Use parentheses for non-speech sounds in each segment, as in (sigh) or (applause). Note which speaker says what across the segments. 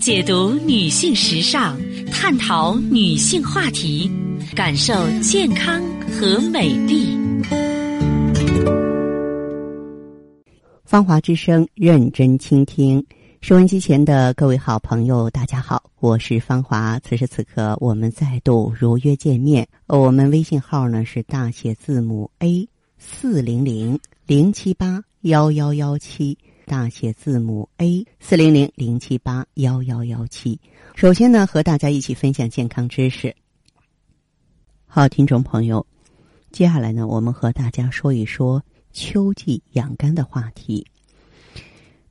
Speaker 1: 解读女性时尚，探讨女性话题，感受健康和美丽。
Speaker 2: 芳华之声，认真倾听。收音机前的各位好朋友，大家好，我是芳华。此时此刻，我们再度如约见面。呃我们微信号呢是大写字母 A 四零零零七八幺幺幺七，大写字母 A 四零零零七八幺幺幺七。首先呢，和大家一起分享健康知识。好，听众朋友，接下来呢，我们和大家说一说秋季养肝的话题。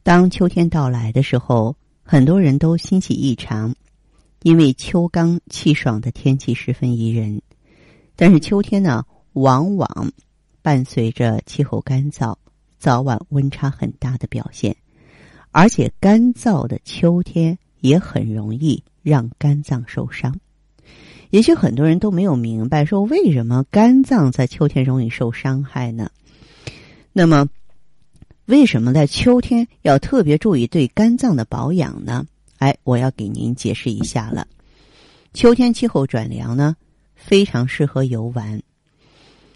Speaker 2: 当秋天到来的时候，很多人都欣喜异常，因为秋刚气爽的天气十分宜人。但是秋天呢，往往伴随着气候干燥、早晚温差很大的表现，而且干燥的秋天也很容易让肝脏受伤。也许很多人都没有明白，说为什么肝脏在秋天容易受伤害呢？那么，为什么在秋天要特别注意对肝脏的保养呢？哎，我要给您解释一下了。秋天气候转凉呢，非常适合游玩，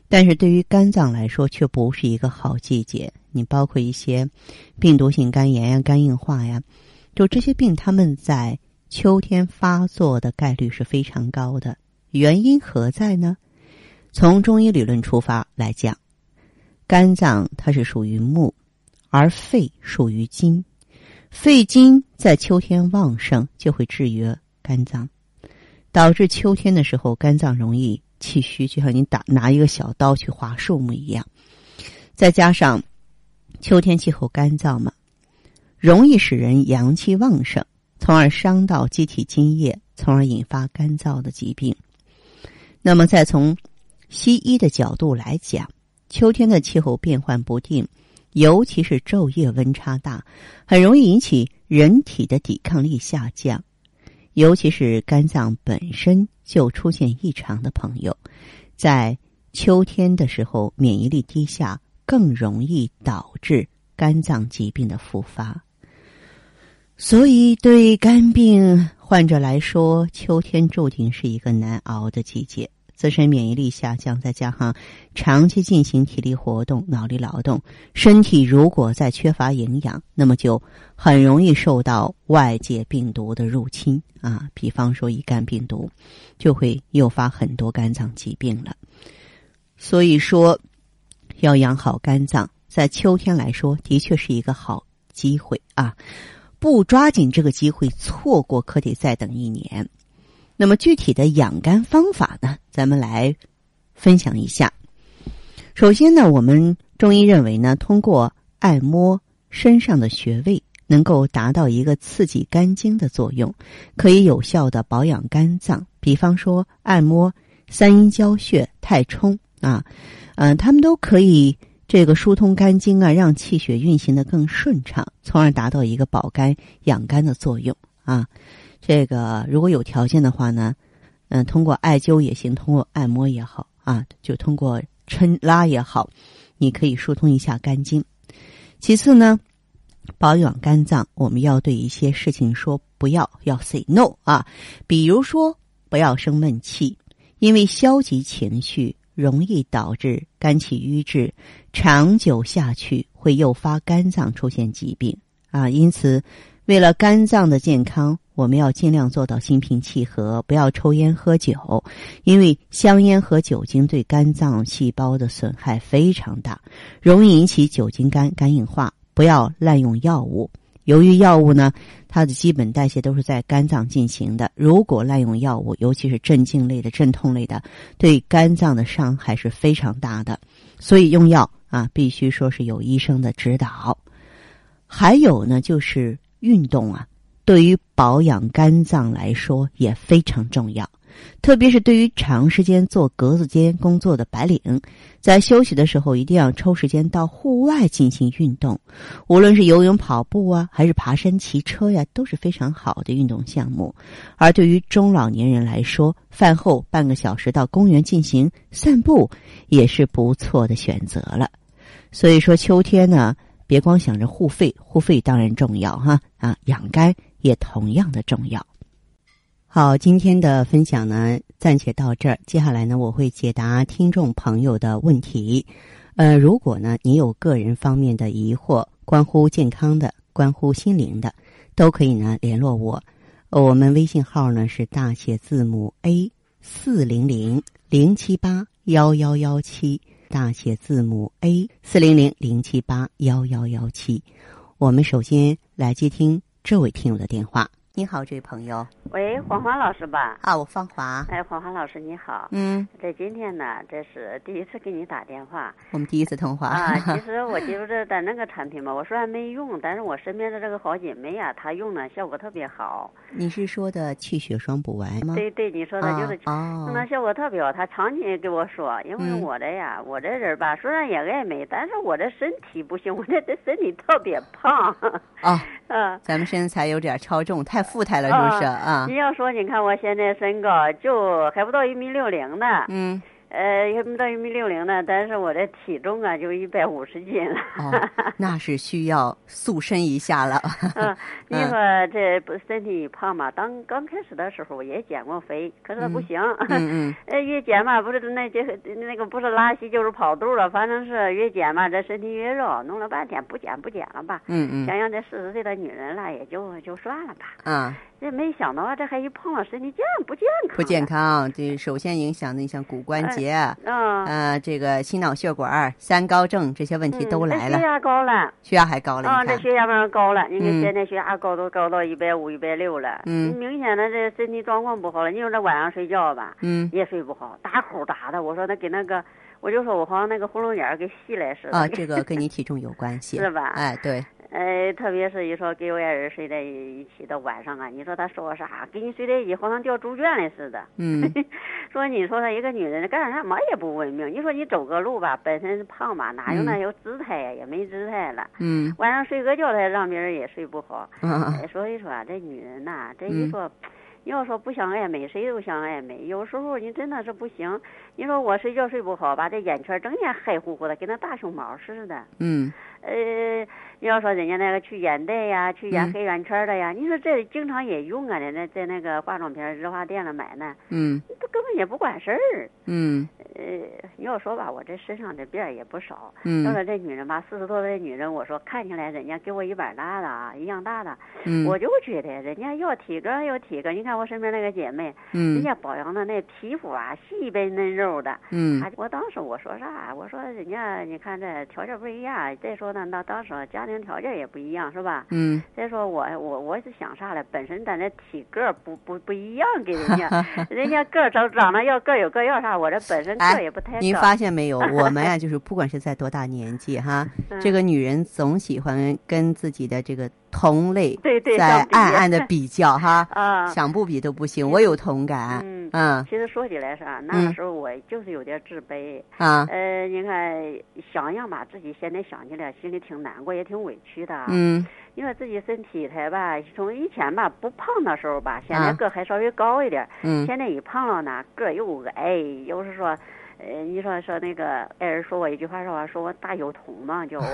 Speaker 2: 但是对于肝脏来说却不是一个好季节。你包括一些病毒性肝炎呀、肝硬化呀，就这些病，它们在秋天发作的概率是非常高的。原因何在呢？从中医理论出发来讲，肝脏它是属于木，而肺属于金，肺金在秋天旺盛就会制约肝脏，导致秋天的时候肝脏容易气虚，就像你打拿一个小刀去划树木一样。再加上秋天气候干燥嘛，容易使人阳气旺盛，从而伤到机体津液，从而引发干燥的疾病。那么，再从西医的角度来讲，秋天的气候变幻不定。尤其是昼夜温差大，很容易引起人体的抵抗力下降，尤其是肝脏本身就出现异常的朋友，在秋天的时候免疫力低下，更容易导致肝脏疾病的复发。所以，对肝病患者来说，秋天注定是一个难熬的季节。自身免疫力下降，再加上长期进行体力活动、脑力劳动，身体如果再缺乏营养，那么就很容易受到外界病毒的入侵啊，比方说乙肝病毒，就会诱发很多肝脏疾病了。所以说，要养好肝脏，在秋天来说的确是一个好机会啊，不抓紧这个机会，错过可得再等一年。那么具体的养肝方法呢，咱们来分享一下。首先呢，我们中医认为呢，通过按摩身上的穴位，能够达到一个刺激肝经的作用，可以有效的保养肝脏。比方说，按摩三阴交穴、太冲啊，嗯、他们都可以这个疏通肝经啊，让气血运行的更顺畅，从而达到一个保肝养肝的作用啊。这个如果有条件的话呢，嗯，通过艾灸也行，通过按摩也好啊，就通过抻拉也好，你可以疏通一下肝经。其次呢，保养肝脏，我们要对一些事情说不要，要 say no 啊，比如说不要生闷气，因为消极情绪容易导致肝气瘀滞，长久下去会诱发肝脏出现疾病啊，因此。为了肝脏的健康，我们要尽量做到心平气和，不要抽烟喝酒，因为香烟和酒精对肝脏细胞的损害非常大，容易引起酒精肝、肝硬化。不要滥用药物，由于药物呢，它的基本代谢都是在肝脏进行的。如果滥用药物，尤其是镇静类的、镇痛类的，对肝脏的伤害是非常大的。所以用药啊，必须说是有医生的指导。还有呢，就是运动啊，对于保养肝脏来说也非常重要，特别是对于长时间做格子间工作的白领，在休息的时候一定要抽时间到户外进行运动，无论是游泳、跑步啊，还是爬山、骑车呀，都是非常好的运动项目。而对于中老年人来说，饭后半个小时到公园进行散步也是不错的选择了。所以说，秋天呢，别光想着护肺，护肺当然重要哈啊养肝也同样的重要。好，今天的分享呢，暂且到这儿。接下来呢，我会解答听众朋友的问题。呃，如果呢你有个人方面的疑惑，关乎健康的、关乎心灵的，都可以呢联络我。我们微信号呢是大写字母 A 四零零零七八幺幺幺七，大写字母 A 四零零零七八幺幺幺七。我们首先来接听这位听友的电话。你好，这位朋友
Speaker 3: 喂，黄华老师吧？
Speaker 2: 啊，我芳华。
Speaker 3: 哎，黄华老师你好，
Speaker 2: 嗯，
Speaker 3: 在今天呢，这是第一次给你打电话
Speaker 2: 我们第一次通话。
Speaker 3: 啊。
Speaker 2: (laughs)
Speaker 3: 其实我记住这咱那个产品嘛，我虽然没用，但是我身边的这个好姐妹呀、她用呢效果特别好。
Speaker 2: 你是说的气血双补丸吗？
Speaker 3: 对对，你说的就是。
Speaker 2: 嗯啊
Speaker 3: 用
Speaker 2: 哦
Speaker 3: 的效果特别好，她常年跟我说，因为
Speaker 2: 嗯
Speaker 3: 我这呀，我这人吧，虽然也爱美，但是我这身体不行，我这这身体特别胖， (laughs)
Speaker 2: 哦，
Speaker 3: 啊，
Speaker 2: 咱们身材有点超重，太富态了，是不是啊
Speaker 3: (laughs) 你？要说，你看我现在身高就还不到一米六零呢，
Speaker 2: 嗯，
Speaker 3: 呃，也不到一米六零呢，但是我的体重啊就一百五十斤了。
Speaker 2: 哦，那是需要塑身一下了。嗯
Speaker 3: 你说这不身体胖嘛？当刚开始的时候我也减过肥，可是它不行，
Speaker 2: 嗯嗯，
Speaker 3: (laughs) 呃，越减吧，不是那这那个不是拉稀就是跑肚了，反正是越减吧，这身体越肉，弄了半天不减不减了吧。
Speaker 2: 嗯嗯
Speaker 3: 想想这四十岁的女人了，也就就算了吧。
Speaker 2: 啊，
Speaker 3: 这没想到啊，这还一碰了，身体健不健康？啊
Speaker 2: 不健。康，对，首先影响的你像骨关节，
Speaker 3: 嗯。
Speaker 2: 呃，这个心脑血管、三高症这些问题都
Speaker 3: 嗯
Speaker 2: 来
Speaker 3: 这血
Speaker 2: 了，
Speaker 3: 压高了，
Speaker 2: 血压还高了，
Speaker 3: 啊，
Speaker 2: 你
Speaker 3: 这
Speaker 2: 看，
Speaker 3: 血压慢慢高了，你
Speaker 2: 嗯
Speaker 3: 看现在血压高都高到一百五、一百六了，
Speaker 2: 嗯
Speaker 3: 明显的这身体状况不好了。你说这晚上睡觉吧，
Speaker 2: 嗯
Speaker 3: 也睡不好，打呼打的，我说那给那个，我就说我好像那个喉咙眼儿给吸来似的，
Speaker 2: 啊，
Speaker 3: (laughs)
Speaker 2: 这个跟你体重有关系，
Speaker 3: 是吧
Speaker 2: 哎，对，
Speaker 3: 呃，特别是一说跟我爱人睡在一起到晚上啊，你说他说我啥，跟你睡在一起好像掉猪圈里似的。 (laughs)
Speaker 2: 嗯
Speaker 3: 说你说她一个女人干什么也不文明，你说你走个路吧，本身是胖吧，哪有那有姿态呀、也没姿态了。
Speaker 2: 嗯
Speaker 3: 晚上睡个觉，她让别人也睡不好。
Speaker 2: 啊，
Speaker 3: 哎，所以说啊，这女人呐、这
Speaker 2: 嗯
Speaker 3: 一说，你要说不想爱美，谁都想爱美。有时候你真的是不行。你说我睡觉睡不好吧，这眼圈整天黑乎乎的，跟那大熊猫似的。
Speaker 2: 嗯
Speaker 3: 呃，你要说人家那个去眼袋呀，
Speaker 2: 嗯
Speaker 3: 去眼黑眼圈的呀，你说这经常也用啊，人家在那个化妆品儿日化店了买呢，
Speaker 2: 嗯
Speaker 3: 都根本也不管事儿。
Speaker 2: 嗯
Speaker 3: 呃，你要说吧，我这身上的病儿也不少。要
Speaker 2: 嗯
Speaker 3: 说这女人吧，四十多岁的女人，我说看起来人家跟我一般大的啊，一样大的，
Speaker 2: 嗯，
Speaker 3: 我就觉得人家要体格要体格，你看我身边那个姐妹，
Speaker 2: 嗯
Speaker 3: 人家保养的那皮肤啊细白嫩肉的，
Speaker 2: 嗯
Speaker 3: 啊，我当时我说啥？我说人家你看这条件不一样，再说呢，那当时家庭条件也不一样，是吧？
Speaker 2: 嗯
Speaker 3: 再说我我我是想啥了？本身咱这体格儿不不不一样，给人
Speaker 2: (laughs)
Speaker 3: 家，人家个儿长长得要各有各要啥，我这本身个
Speaker 2: 哎
Speaker 3: 儿也不太高。
Speaker 2: 您发现没有，我们呀、啊就是不管是在多大年纪
Speaker 3: (laughs)
Speaker 2: 哈，
Speaker 3: 嗯
Speaker 2: 这个女人总喜欢跟自己的这个同类
Speaker 3: 对对，
Speaker 2: 在
Speaker 3: 相比
Speaker 2: 暗
Speaker 3: (laughs)
Speaker 2: 暗的比较哈，
Speaker 3: 啊。
Speaker 2: 想不比都不行，我有同感，
Speaker 3: 嗯
Speaker 2: 嗯
Speaker 3: 其实说起来啥，那
Speaker 2: 嗯
Speaker 3: 个时候我就是有点自卑。
Speaker 2: 啊，
Speaker 3: 呃，你看想想吧，自己现在想起来心里挺难过，也挺委屈的。
Speaker 2: 嗯
Speaker 3: 你说自己身体态吧，从以前吧不胖的时候吧，现
Speaker 2: 啊
Speaker 3: 在个儿还稍微高一点儿，
Speaker 2: 嗯
Speaker 3: 现在一胖了呢，个儿又矮，又是说，呃，你说说那个爱人说我一句话说我说我大油桶
Speaker 2: (laughs)
Speaker 3: 嘛，叫我，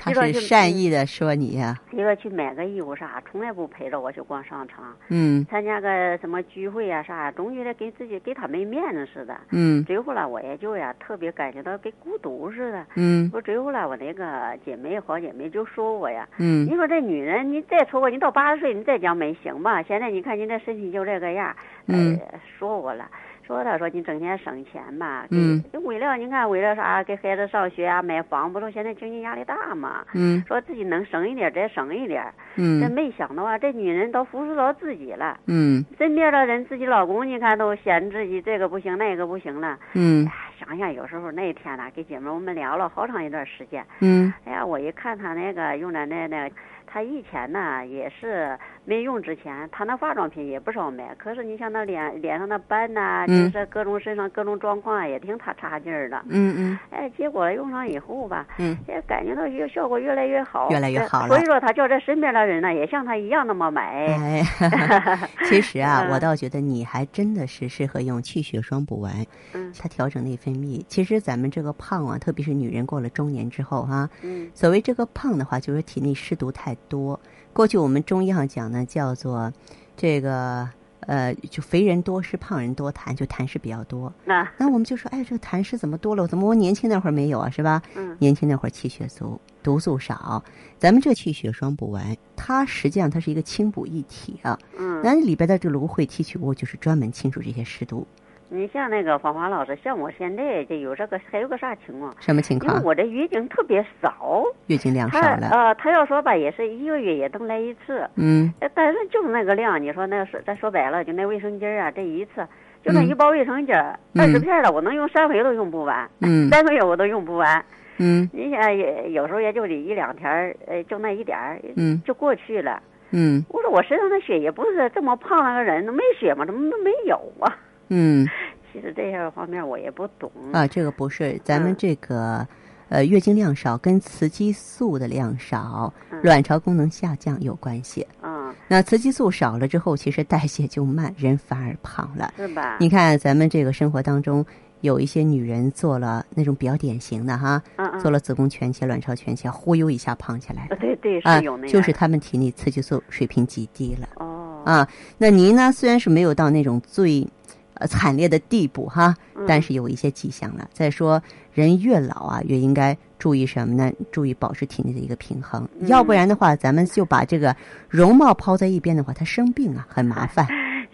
Speaker 2: 他
Speaker 3: 说
Speaker 2: 是
Speaker 3: 就
Speaker 2: 善意的说你呀、
Speaker 3: 你说去买个衣服啥，从来不陪着我去逛商场，
Speaker 2: 嗯
Speaker 3: 参加个什么聚会啊啥，总觉得给自己给他没面子似的。
Speaker 2: 嗯
Speaker 3: 最后了，我也就呀，特别感觉到跟孤独似的。
Speaker 2: 嗯
Speaker 3: 我最后了，我那个姐妹好姐妹就说我呀，
Speaker 2: 嗯
Speaker 3: 你说这女人，你再瞅我，你到八十岁，你再讲美行吧？现在你看您这身体就这个样儿，
Speaker 2: 嗯
Speaker 3: 呃，说我了，说他说你整天省钱吧，
Speaker 2: 嗯
Speaker 3: 给，为了你看为了啥给孩子上学啊，买房，不都现在经济压力大嘛？
Speaker 2: 嗯
Speaker 3: 说自己能省一点儿再省一点儿，这
Speaker 2: 嗯
Speaker 3: 没想到啊，这女人都服侍到自己了，
Speaker 2: 嗯
Speaker 3: 身边的人自己老公你看都嫌自己这个不行那个不行了，
Speaker 2: 嗯
Speaker 3: 哎，想想有时候那一天呢、跟姐妹我们聊了好长一段时间。
Speaker 2: 嗯
Speaker 3: 哎呀，我一看他那个用的那那，他以前呢也是没用之前，他那化妆品也不少买，可是你像那脸脸上那斑呐、
Speaker 2: 嗯
Speaker 3: 就是各种身上各种状况啊，也挺他差劲儿的。
Speaker 2: 嗯嗯
Speaker 3: 哎，结果用上以后吧，
Speaker 2: 嗯，
Speaker 3: 也感觉到越效果越来越好，
Speaker 2: 越来越
Speaker 3: 哎
Speaker 2: 好了
Speaker 3: 所以说，他叫这身边的人呢，也像他一样那么买。
Speaker 2: 哎， (laughs) 其实啊，
Speaker 3: 嗯
Speaker 2: 我倒觉得你还真的是适合用气血双补丸，
Speaker 3: 嗯
Speaker 2: 它调整内分泌。其实咱们这个胖啊，特别是女人过了中年之后啊，
Speaker 3: 嗯
Speaker 2: 所谓这个胖的话，就是体内湿毒太多。过去我们中医上讲呢，叫做这个呃，就肥人多湿，胖人多痰，就痰湿比较多。
Speaker 3: 那
Speaker 2: 那我们就说，哎，这个痰湿怎么多了？我怎么我年轻那会儿没有啊，是吧？
Speaker 3: 嗯
Speaker 2: 年轻那会儿气血足，毒素少。咱们这气血双补丸，它实际上它是一个清补一体啊。
Speaker 3: 嗯，
Speaker 2: 那里边的这芦荟提取物就是专门清除这些湿毒，
Speaker 3: 你像那个芳华老师，像我现在这有这个还有个啥情况？
Speaker 2: 什么情
Speaker 3: 因为
Speaker 2: 况？
Speaker 3: 我这月经特别少，
Speaker 2: 月经量少
Speaker 3: 他
Speaker 2: 了，
Speaker 3: 呃，他要说吧，也是一个月也能来一次，
Speaker 2: 嗯
Speaker 3: 呃但是就是那个量，你说那是咱说白了，就那卫生巾儿啊，这一次就那
Speaker 2: 嗯
Speaker 3: 一包卫生巾儿
Speaker 2: 嗯
Speaker 3: 二十片儿的，我能用三回都用不完，
Speaker 2: 嗯
Speaker 3: 三个月我都用不完。
Speaker 2: 嗯
Speaker 3: 你想也有时候也就得一两天儿，呃，就那一点儿
Speaker 2: 嗯
Speaker 3: 就过去了。
Speaker 2: 嗯
Speaker 3: 我说我身上的血也不是这么胖那个人，没血吗？怎么都没有啊？ (laughs)
Speaker 2: 嗯
Speaker 3: 其实这些方面我也不懂。
Speaker 2: 啊，这个不是咱们
Speaker 3: 嗯
Speaker 2: 这个。呃，月经量少跟雌激素的量少、
Speaker 3: 嗯
Speaker 2: 卵巢功能下降有关系。
Speaker 3: 嗯，
Speaker 2: 那雌激素少了之后，其实代谢就慢，人反而胖了。
Speaker 3: 是吧？
Speaker 2: 你看，咱们这个生活当中，有一些女人做了那种比较典型的哈，
Speaker 3: 嗯嗯
Speaker 2: 做了子宫全切、卵巢全切，忽悠一下胖起来
Speaker 3: 呃对对
Speaker 2: 啊
Speaker 3: 是有那，个，
Speaker 2: 就是她们体内雌激素水平极低了
Speaker 3: 哦，
Speaker 2: 啊。那您呢，虽然是没有到那种最呃惨烈的地步哈，
Speaker 3: 嗯
Speaker 2: 但是有一些迹象了。再说，人越老啊，越应该注意什么呢？注意保持体内的一个平衡，要不然的话，咱们就把这个容貌抛在一边的话，她生病啊很麻烦。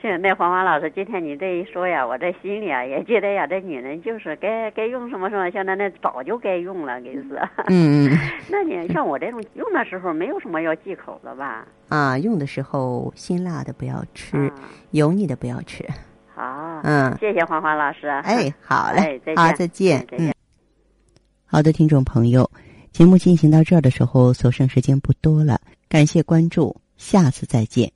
Speaker 3: 是那黄华老师，今天你这一说呀，我这心里啊也觉得呀，这女人就是该该用什么什么，像那那早就该用了，给
Speaker 2: (laughs)
Speaker 3: 是。
Speaker 2: 嗯嗯。
Speaker 3: 那你像我这种用的时候，没有什么要忌口的吧？
Speaker 2: 啊，用的时候辛辣的不要吃，
Speaker 3: 啊
Speaker 2: 油腻的不要吃。
Speaker 3: 好，
Speaker 2: 嗯，
Speaker 3: 谢谢黄华老师。
Speaker 2: 哎，好嘞，
Speaker 3: 哎再
Speaker 2: 好，再
Speaker 3: 见
Speaker 2: 见
Speaker 3: 嗯，再见
Speaker 2: 嗯。好的，听众朋友，节目进行到这儿的时候，所剩时间不多了，感谢关注，下次再见。